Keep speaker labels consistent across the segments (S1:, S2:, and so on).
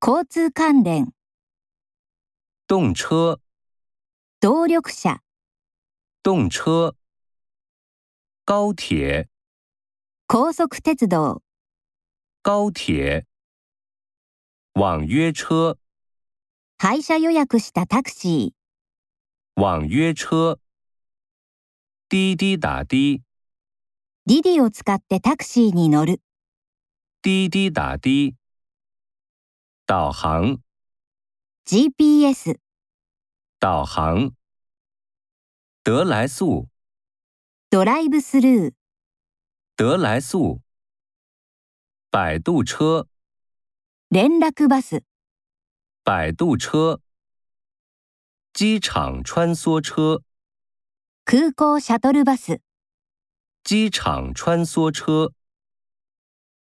S1: 交通関連、
S2: 动车，
S1: 動力車、
S2: 动车。高铁，
S1: 高速鉄道、
S2: 高铁。网约车，
S1: 配車予約したタクシ
S2: 网约车。滴滴打
S1: ー、
S2: 的，
S1: ディディを使ってタクシーに乗る、
S2: 滴滴打的。导航，
S1: GPS、
S2: 导航。德来速，
S1: ドライブスルー、
S2: 德来速。摆渡车，
S1: 連絡バス、
S2: 摆渡车。机场穿梭车，
S1: 空港シャトルバス、
S2: 机场穿梭车。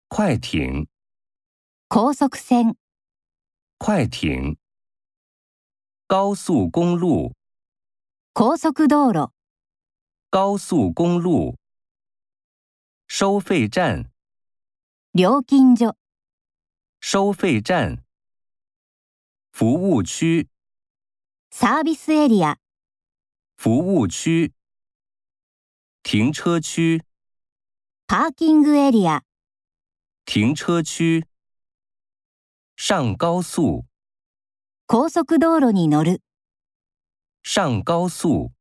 S2: 快艇，
S1: 高速船、
S2: 快艇。高速公路，
S1: 高速道路、
S2: 高速公路。收费站。
S1: 料金所、
S2: 收费站、服务区、
S1: サービスエリア、
S2: 服务区、停车区、
S1: パーキングエリア、
S2: 停车区、上高速、
S1: 高速道路に乗る。
S2: 上高速。